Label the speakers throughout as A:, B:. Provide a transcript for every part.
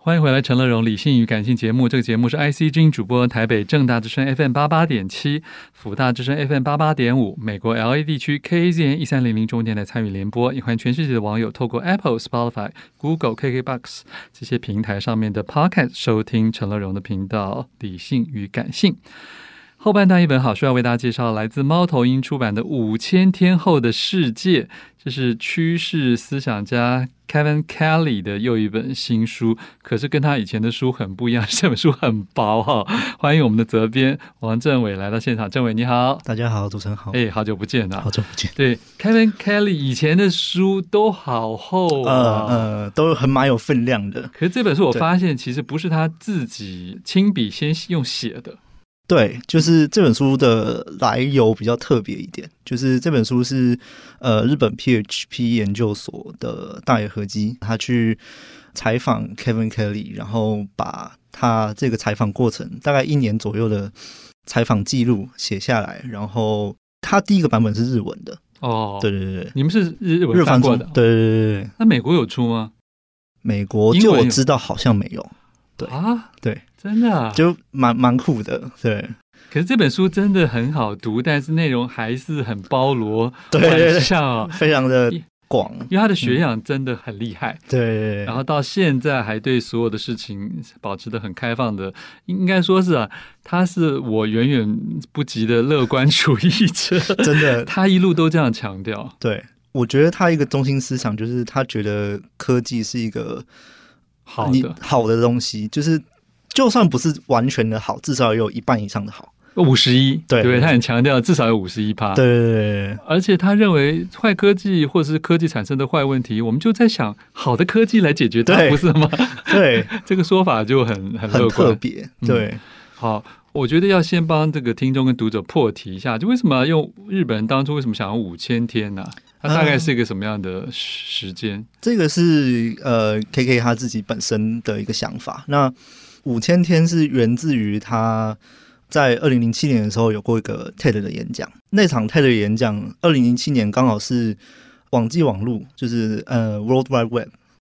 A: 欢迎回来，《陈乐荣理性与感性》节目。这个节目是 IC 之音主播，台北正大之声 FM 八八点七，辅大之声 FM 八八点五，美国 LA 地区 KAZN 一三零零中电台参与联播。也欢迎全世界的网友透过 Apple、Spotify、Google、KKBox 这些平台上面的 Podcast 收听陈乐荣的频道《理性与感性》。后半段一本好书要为大家介绍，来自猫头鹰出版的《五千天后的世界》，这是趋势思想家 Kevin Kelly 的又一本新书，可是跟他以前的书很不一样，这本书很薄哈、欢迎我们的责编王政伟来到现场，政伟你好，
B: 大家好，主持人好，
A: 哎，好久不见啊
B: 好！久不见。
A: 对，Kevin Kelly 以前的书都好厚
B: 呃
A: 啊。
B: 呃，都很蛮有分量的。
A: 可是这本书我
B: 对
A: 发现其实不是他自己亲笔先用写的，
B: 对，就是这本书的来由比较特别一点，就是这本书是呃日本 PHP 研究所的大野和基，他去采访 Kevin Kelly，然后把他这个采访过程大概一年左右的采访记录写下来，然后他第一个版本是日文的，
A: 哦，
B: 对，对对对，
A: 你们是日文
B: 日
A: 翻
B: 翻
A: 过
B: 中，
A: 的
B: 对，对对对对，
A: 那美国有出吗？
B: 美国
A: 英
B: 就
A: 文
B: 我
A: 有
B: 知道好像没有，对
A: 啊，
B: 对，
A: 真的、啊。
B: 就蛮蛮酷的，对。
A: 可是这本书真的很好读，但是内容还是很包罗
B: 对对
A: 万
B: 对
A: 象 啊，
B: 非常 的广，
A: 因为他的学养真的很厉害。
B: 对嗯对
A: 然
B: 对
A: 后到现在还对所有的事情保持的很开放的，应该说是啊，他是我远远不及的乐观主义 者，
B: 对，真的，
A: 他一路都这样强调。
B: 对我觉得他一个中心思想就是他觉得科技是一个
A: 好
B: 你
A: 的，
B: 好的东西，就是就算不是完全的好，至少也有一半以上的好。
A: 五十一，
B: 对
A: 对，他很强调至少有五十一趴。
B: 对对对对
A: 而且他认为坏科技或是科技产生的坏问题，我们就在想好的科技来解决它，
B: 对
A: 不是吗？
B: 对，
A: 这个说法就很 很
B: 对
A: 乐
B: 很特
A: 观。
B: 别，
A: 嗯
B: 对
A: 好，我觉得要先帮这个听众跟读者破题一下，就为什么要用日本人当初为什么想要五千天呢、
B: 嗯
A: 它大概是一个什么样的时时间？
B: 这个是呃 K K 他自己本身的一个想法。那五千天是源自于他在二零零七年的时候有过一个 TED 的演讲，那场 TED 的演讲，二零零七年刚好是网际网路，就是呃 World Wide Web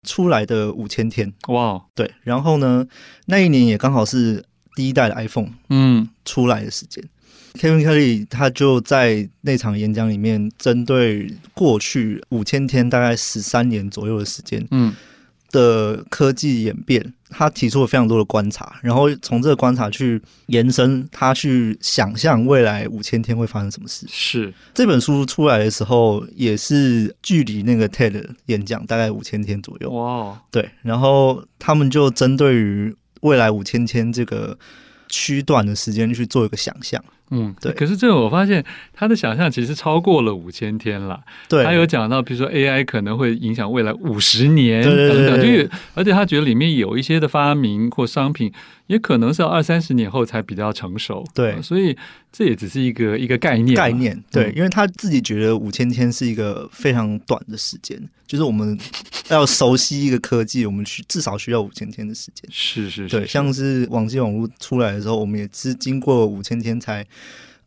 B: 出来的五千天，
A: 哇，
B: 对。然后呢，那一年也刚好是第一代的 iPhone
A: 嗯，
B: 出来的时间。Kevin Kelly 他就在那场演讲里面，针对过去五千天大概十三年左右的时间，
A: 嗯，
B: 的科技演变，他提出了非常多的观察，然后从这个观察去延伸，他去想象未来五千天会发生什么事。
A: 是
B: 这本书出来的时候，也是距离那个 TED 演讲大概五千天左右。
A: 哇，
B: 对，然后他们就针对于未来五千天这个区段的时间去做一个想象。
A: 嗯，
B: 对
A: 可是这个我发现他的想象其实超过了五千天了。
B: 对，
A: 他有讲到，比如说 AI 可能会影响未来五十年
B: 对对对
A: 等等，就
B: 对对
A: 有，而且他觉得里面有一些的发明或商品，也可能是要二三十年后才比较成熟。
B: 对
A: 呃所以这也只是一个一个概念嘛。
B: 概念，对，
A: 嗯
B: 因为他自己觉得五千天是一个非常短的时间，就是我们要熟悉一个科技，我们需至少需要五千天的时间。
A: 是是是，
B: 对，像是网际网络出来的时候，我们也是经过五千天才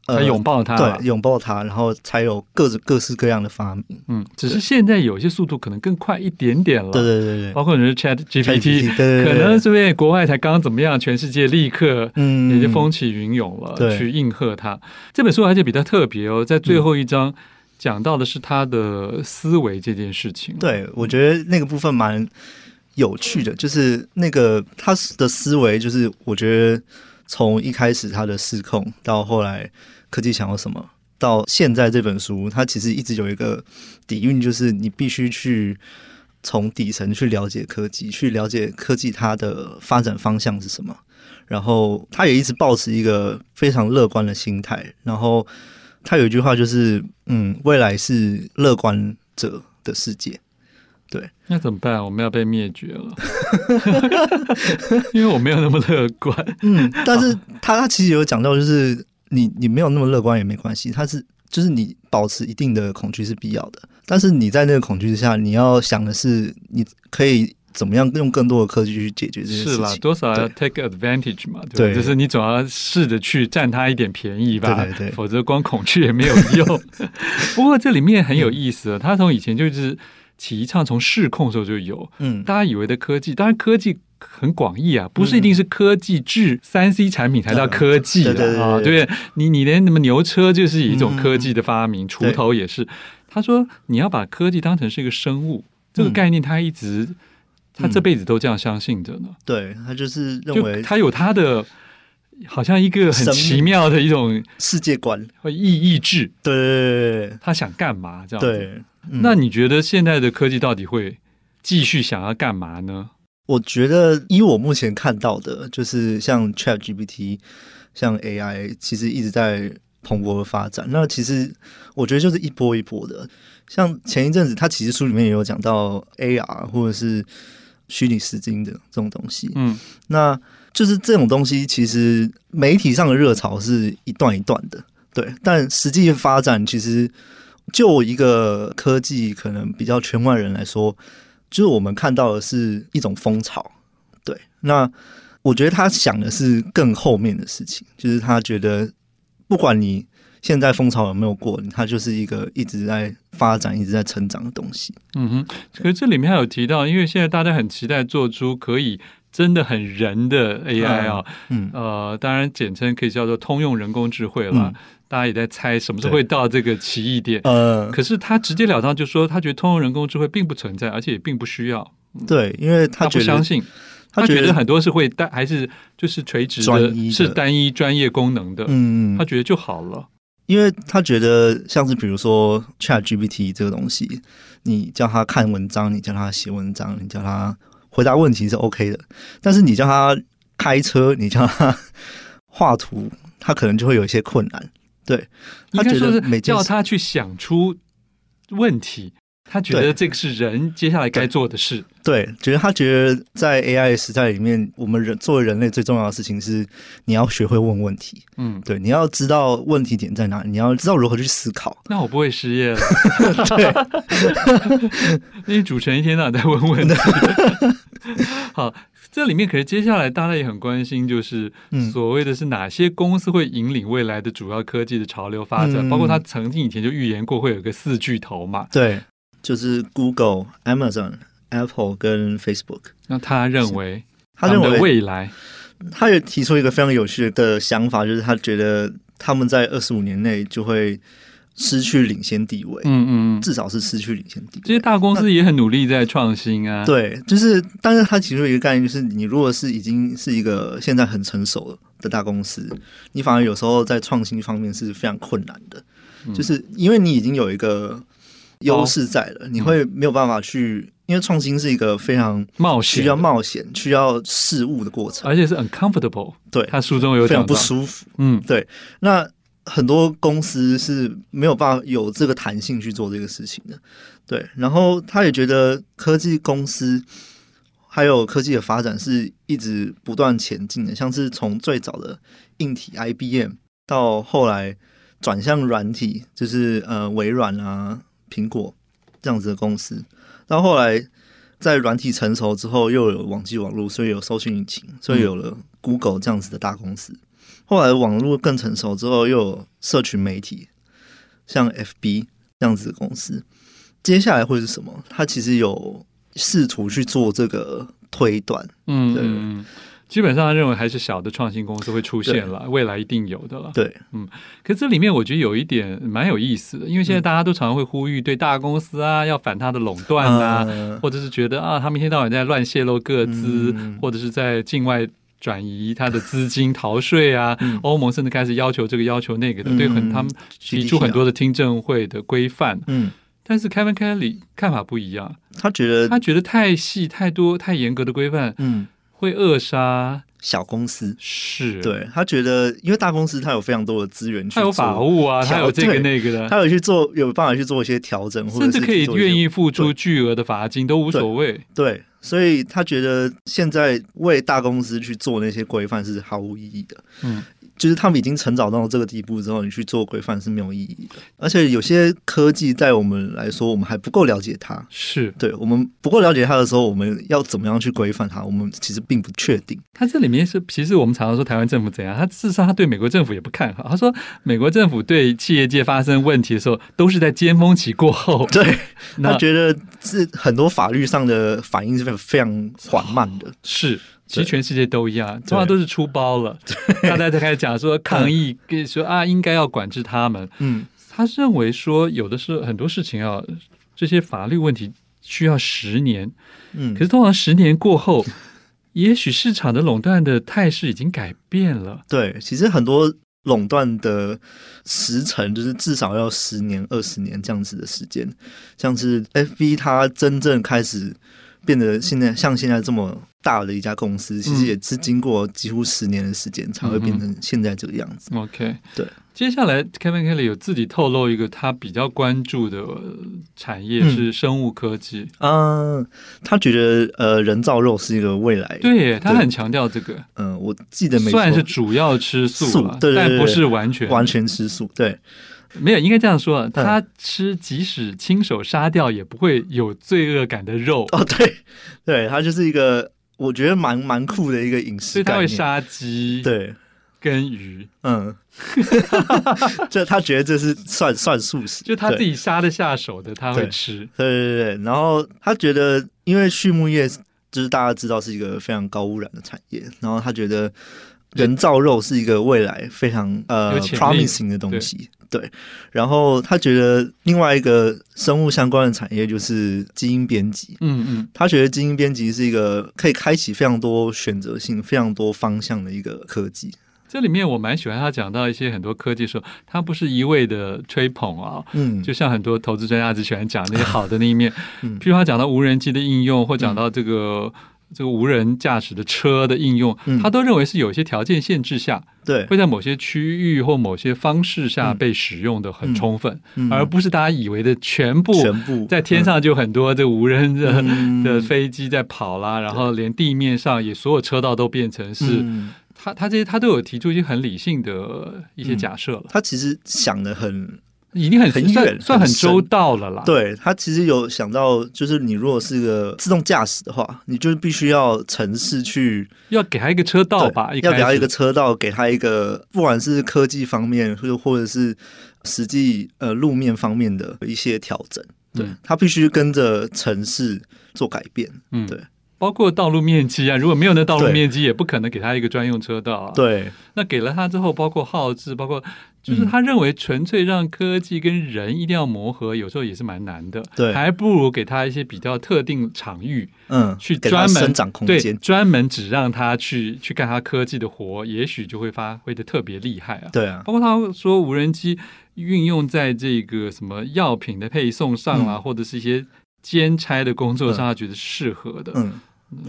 A: 他拥抱它了
B: 呃对，拥抱它，然后才有各种各式各样的发明。
A: 嗯，只是现在有些速度可能更快一点点了。
B: 对对对对
A: 包括你是 Chat GPT，
B: 对对对
A: 可能是因为国外才刚怎么样，全世界立刻
B: 嗯
A: 也就风起云涌了，
B: 对
A: 去应和它。这本书而且比较特别哦，在最后一
B: 嗯
A: 章讲到的是他的思维这件事情。，
B: 对，我觉得那个部分蛮有趣的，就是那个他的思维，就是我觉得从一开始他的失控，到后来科技想要什么，到现在这本书，它其实一直有一个底蕴，就是你必须去。从底层去了解科技，去了解科技它的发展方向是什么，然后他也一直保持一个非常乐观的心态。然后他有一句话就是：“嗯，未来是乐观者的世界。
A: 那怎么办？我们要被灭绝了， 因为我没有那么乐观。”
B: 嗯， 但是他他其实有讲到，就是你你没有那么乐观也没关系，他是就是你保持一定的恐惧是必要的，但是你在那个恐惧之下，你要想的是你可以怎么样用更多的科技去解决这件事
A: 是
B: 情。
A: 啦，多少要
B: 对
A: take advantage 嘛，对吧
B: 对
A: 就是你总要试着去占他一点便宜吧，
B: 对对对
A: 否则光恐惧也没有 用。不过这里面很有意思、哦，他从以前就是提倡从市控的时候就有，
B: 嗯，
A: 大家以为的科技，当然科技很广义啊，不是一定是科技制三 C 产品才叫科技
B: 嗯对对对
A: 的啊，
B: 对嗯
A: 对不对你你连什么牛车就是一种科技的发明，锄
B: 对
A: 头也是。他说你要把科技当成是一个生物，这个
B: 嗯
A: 概念他一直、他
B: 嗯
A: 这辈子都这样相信着呢，
B: 对他就是认
A: 就
B: 为
A: 他有他的好像一个很
B: 生命
A: 奇妙的一种
B: 世界观，
A: 意意志，
B: 对对对
A: 他想干嘛这样子
B: 对对。对，嗯
A: 那你觉得现在的科技到底会继续想要干嘛呢？
B: 我觉得以我目前看到的，就是像 Chat GPT、像 AI，其实一直在蓬勃的发展。那其实我觉得就是一波一波的。像前一阵子，他其实书里面也有讲到 AR 或者是虚拟实境的这种东西。
A: 嗯
B: 那就是这种东西，其实媒体上的热潮是一段一段的，对。但实际发展，其实就一个科技可能比较圈外人来说，就是我们看到的是一种风潮，对。那我觉得他想的是更后面的事情，就是他觉得不管你现在风潮有没有过，它就是一个一直在发展、一直在成长的东西。
A: 嗯哼。可是这里面还有提到，因为现在大家很期待做出可以真的很人的 AI 啊、
B: 嗯，
A: 呃，当然简称可以叫做通用人工智慧了。
B: 嗯
A: 大家也在猜什么时候会到这个奇异点。
B: 呃，
A: 可是他直截了当就说，他觉得通用人工智慧并不存在，而且也并不需要，
B: 对，因为
A: 他
B: 他
A: 不
B: 觉
A: 相
B: 得，
A: 信。
B: 他
A: 他
B: 觉
A: 觉
B: 得
A: 得很多是会单，还是就是垂直
B: 专
A: 的，
B: 一的
A: 是单一专业功能的。
B: 嗯，
A: 他觉得就好了。
B: 因为他觉得像是比如说 Chat GPT 这个东西，你叫他看文章，你叫他写文章，你叫他回答问题是 OK 的，但是你叫他开车，你叫他画图，他可能就会有一些困难。对，
A: 应
B: 他
A: 该
B: 觉
A: 说
B: 得
A: 是
B: 每件
A: 叫
B: 事
A: 他去想出问题，他觉得
B: 对
A: 这个是人接下来该做的事。
B: 对，觉得他觉得在 AI 时代里面，我们人作为人类最重要的事情是你要学会问问题，
A: 嗯，
B: 对，你要知道问题点在哪里，你要知道如何去思考。
A: 那我不会失 业了。 因为主持人一天到晚在问问题。 好，这里面可是接下来大家也很关心，就是
B: 嗯
A: 所谓的是哪些公司会引领未来的主要科技的潮流发展，
B: 嗯
A: 包括他曾经以前就预言过会有个四巨头嘛。
B: 对，就是 Google、Amazon、Apple 跟 Facebook。
A: 那他认为
B: 他认
A: 们的
B: 为，
A: 未来，
B: 他也提出一个非常有趣的想法，就是他觉得他们在二十五年内就会失去领先地位，
A: 嗯嗯嗯，
B: 至少是失去领先地
A: 这些
B: 位。
A: 大公司也很努力在创新啊。
B: 对，就是，但是他提出一个概念，就是你如果是已经是一个现在很成熟的大公司，你反而有时候在创新方面是非常困难的，
A: 嗯
B: 就是因为你已经有一个优势在
A: 哦
B: 了，你会没有办法去，因为创新是一个非常
A: 冒险
B: 需要冒险、需要试误的过程，
A: 而且是 uncomfortable。
B: 对
A: 啊他书中有
B: 非
A: 讲到，
B: 常不舒服。
A: 嗯
B: 那很多公司是没有办法有这个弹性去做这个事情的，对。然后他也觉得科技公司还有科技的发展是一直不断前进的，像是从最早的硬体 IBM 到后来转向软体，就是呃微软啊、苹果这样子的公司，到后来在软体成熟之后，又有网际网络，所以有搜寻引擎，所以有了 Google 这样子的大公司。后来网络更成熟之后，又有社群媒体，像 FB 这样子的公司，接下来会是什么？它其实有试图去做这个推断，
A: 嗯
B: 对
A: 嗯，嗯基本上他认为还是小的创新公司会出现了，未来一定有的了。
B: 对，
A: 可这里面我觉得有一点蛮有意思的，因为现在大家都常会呼吁对大公司啊
B: 嗯
A: 要反它的垄断啊，
B: 呃
A: 或者是觉得啊他们一天到晚在乱泄露各资，
B: 嗯
A: 或者是在境外。转移它的资金、逃税啊
B: 嗯，
A: 欧盟甚至开始要求这个、要求那个的，
B: 嗯
A: 对很他们提出很多的听证会的规范。
B: 嗯，
A: 但是 Kevin Kelly 看法不一样，
B: 他觉得，
A: 他觉得太细、太多、太严格的规范
B: 嗯，
A: 会扼杀
B: 小公司，
A: 是，，
B: 对他觉得，因为大公司它有非常多的资源去
A: 他有
B: 做，
A: 法务啊，
B: 调
A: 他有这个
B: 对
A: 那个的，
B: 他有去做，有办法去做一些调整，或者
A: 甚至
B: 是
A: 可以
B: 去做一些
A: 愿意付出巨额的罚金都无所谓。
B: 对，所以他觉得现在为大公司去做那些规范是毫无意义的。
A: 嗯，
B: 就是他们已经成长到这个地步之后，你去做规范是没有意义的。而且有些科技在我们来说，我们还不够了解它。
A: 是，
B: 对我们不够了解它的时候，我们要怎么样去规范它？我们其实并不确定。
A: 他这里面是，其实我们常常说台湾政府怎样，他事实上他对美国政府也不看好。他说美国政府对企业界发生问题的时候，都是在尖峰期过 后，
B: 对
A: 那
B: 他觉得是很多法律上的反应是非常缓慢的。
A: 是，其实全世界都一样，通常都是出包了，大家才开始讲 说抗议，跟你说啊，应该要管制他们。
B: 嗯，
A: 他认为说，有的是很多事情啊，这些法律问题需要十年，
B: 嗯，
A: 可是通常十年过后， 也许市场的垄断的态势已经改变了。
B: 对，其实很多垄断的时程就是至少要十年、二十年这样子的时间，像是 FB 它真正开始变得现在像现在这么大的一家公司，其实
A: 嗯
B: 也是经过几乎十年的时间才会变成现在这个样子。
A: OK，
B: 对。
A: 接下来，Kevin Kelly 有自己透露一个他比较关注的呃产业
B: 嗯
A: 是生物科技，
B: 嗯、他觉得呃人造肉是一个未来。，
A: 对耶，他
B: 对
A: 很强调这个，
B: 嗯、我记得没错
A: 虽然是主要吃素了
B: 素，对对对
A: 但不是完全嗯
B: 完全吃素，对
A: 没有，应该这样说，啊他吃即使亲手杀掉也不会有罪恶感的肉，
B: 哦对对，它就是一个我觉得蛮蛮酷的一个饮
A: 所
B: 食
A: 以他
B: 概
A: 会
B: 念。
A: 杀鸡
B: 对，
A: 跟鱼，
B: 嗯， 这他觉得这是算算素食，
A: 就他自
B: 对。
A: 己杀得下手的他会
B: 对
A: 吃。
B: 对对对对，然后他觉得，因为畜牧业就是大家知道是一个非常高污染的产业，然后他觉得人造肉是一个未来非常呃
A: 有潜力
B: promising 的东西。对，然后他觉得另外一个生物相关的产业就是基因编辑，
A: 嗯嗯，
B: 他觉得基因编辑是一个可以开启非常多选择性、非常多方向的一个科技。
A: 这里面我蛮喜欢他讲到一些很多科技的时候，他不是一味的吹捧啊、
B: 嗯，
A: 就像很多投资专家只喜欢讲那些好的那一面，
B: 嗯
A: 譬如他讲到无人机的应用，或讲到这个、这个无人驾驶的车的应用，
B: 嗯
A: 他都认为是有一些条件限制下，
B: 对，
A: 会在某些区域或某些方式下被使用的很充分，
B: 嗯
A: 而不是大家以为的全部。
B: 全部
A: 在天上就很多这无人 的、
B: 嗯
A: 的飞机在跑啦，然后连地面上也所有车道都变成是，
B: 嗯
A: 他他这些他都有提出一些很理性的一些假设了，
B: 他其实想的很，
A: 已经很
B: 嗯很
A: 算
B: 远
A: 算
B: 很
A: 很
B: 深
A: 周到了啦。
B: 对他其实有想到，就是你如果是个自动驾驶的话，你就必须要城市去
A: 要给他一个车道吧，
B: 对
A: 一
B: 要给
A: 开
B: 他
A: 始
B: 一个车道，给他一个不管是科技方面，或者或者是实际呃路面方面的一些调整，对
A: 嗯
B: 他必须跟着城市做改变，
A: 嗯
B: 对
A: 包括道路面积啊，如果没有那道路面积，也不可能给他一个专用车道啊。，
B: 对
A: 那给了他之后，包括耗制，包括就是
B: 嗯
A: 他认为纯粹让科技跟人一定要磨合，有时候也是蛮难的。
B: 对
A: 还不如给他一些比较特定场域
B: 嗯，
A: 去
B: 给他
A: 专门
B: 生长空
A: 对，
B: 间，
A: 专门只让他去去干他科技的活，也许就会发挥的特别厉害啊。
B: 对啊，
A: 包括他说无人机运用在这个什么药品的配送上
B: 嗯
A: 啊，或者是一些兼差的工作上，他觉得是适合的。
B: 嗯，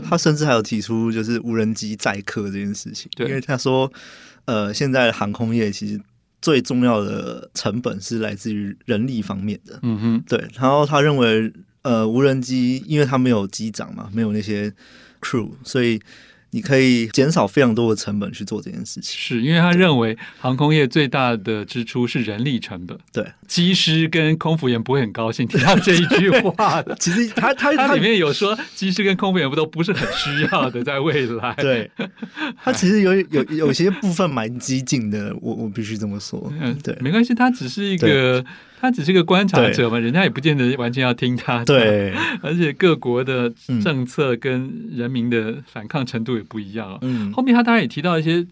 B: 他甚至还有提出就是无人机载客这件事情，
A: 对
B: 因为他说，呃，现在航空业其实最重要的成本是来自于人力方面的，
A: 嗯哼，
B: 对，然后他认为，呃，无人机因为它没有机长嘛，没有那些 crew，所以你可以减少非常多的成本去做这件事情，
A: 是因为他认为航空业最大的支出是人力成本。
B: 对，。
A: 机师跟空服员不会很高兴听到这一句话的
B: 其实 他他
A: 它
B: 他
A: 里面有说，机师跟空服员不都不是很需要的，在未来。，
B: 对，他其实有有有些部分蛮激进的，我我必须这么说
A: 嗯，，
B: 对。
A: 没关系，他只是一个，他只是个观察者嘛，人家也不见得完全要听他的。
B: 对，
A: 而且各国的政策跟人民的反抗程度也不一样啊。
B: 嗯
A: 后面他当然也提到一些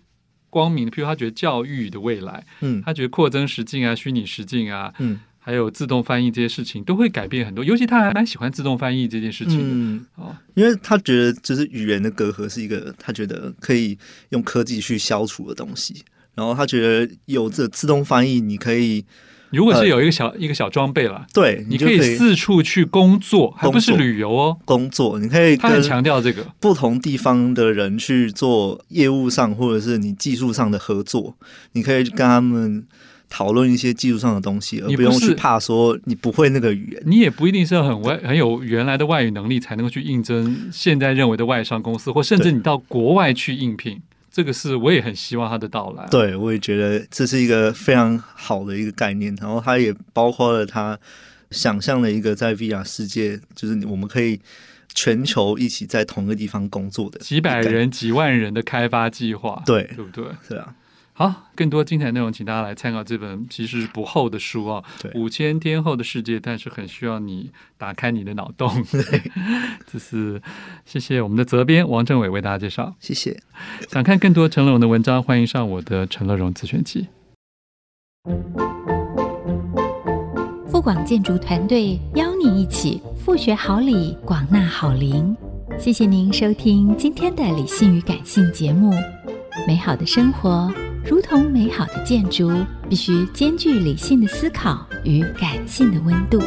A: 光明的，譬如他觉得教育的未来，
B: 嗯
A: 他觉得扩增实境啊、虚拟实境啊，
B: 嗯
A: 还有自动翻译这些事情都会改变很多。尤其他还蛮喜欢自动翻译这件事情的。
B: 嗯，
A: 哦，
B: 因为他觉得就是语言的隔阂是一个他觉得可以用科技去消除的东西，然后他觉得有这自动翻译，你可以
A: 如果是有一个小、一个小装备啦，
B: 对
A: 你
B: 就
A: 可
B: 可
A: 以
B: 以
A: 四处去工作，还不是旅游哦。
B: 工作，你可以
A: 他很
B: 跟
A: 强调这个，
B: 不同地方的人去做业务上或者是你技术上的合作，你可以跟他们讨论一些技术上的东西，而
A: 你不
B: 用
A: 是
B: 去怕说你不会那个语言。
A: 你也不一定是要很外很有原来的外语能力才能够去应征现在认为的外商公司，或甚至
B: 对
A: 你到国外去应聘。这个是我也很希望它的到来。
B: 对，我也觉得这是一个非常好的一个概念，然后它也包括了它想象了一个在 VR 世界，就是我们可以全球一起在同一个地方工作的
A: 几百
B: 一个概念，
A: 人、几万人的开发计划，
B: 对，
A: 对不对？
B: 对啊，
A: 好，更多精彩内容，请大家来参考这本其实不厚的书啊、
B: 对
A: 五千天后的世界，但是很需要你打开你的脑 洞。这是谢谢我们的责编王政伟为大家介绍。
B: 谢谢。
A: 想看更多陈乐融的文章，欢迎上我的陈乐融自选集。
C: 富广建筑团队邀你一起复学好礼，广纳好邻。谢谢您收听今天的理性与感性节目。美好的生活如同美好的建筑，必须兼具理性的思考与感性的温度。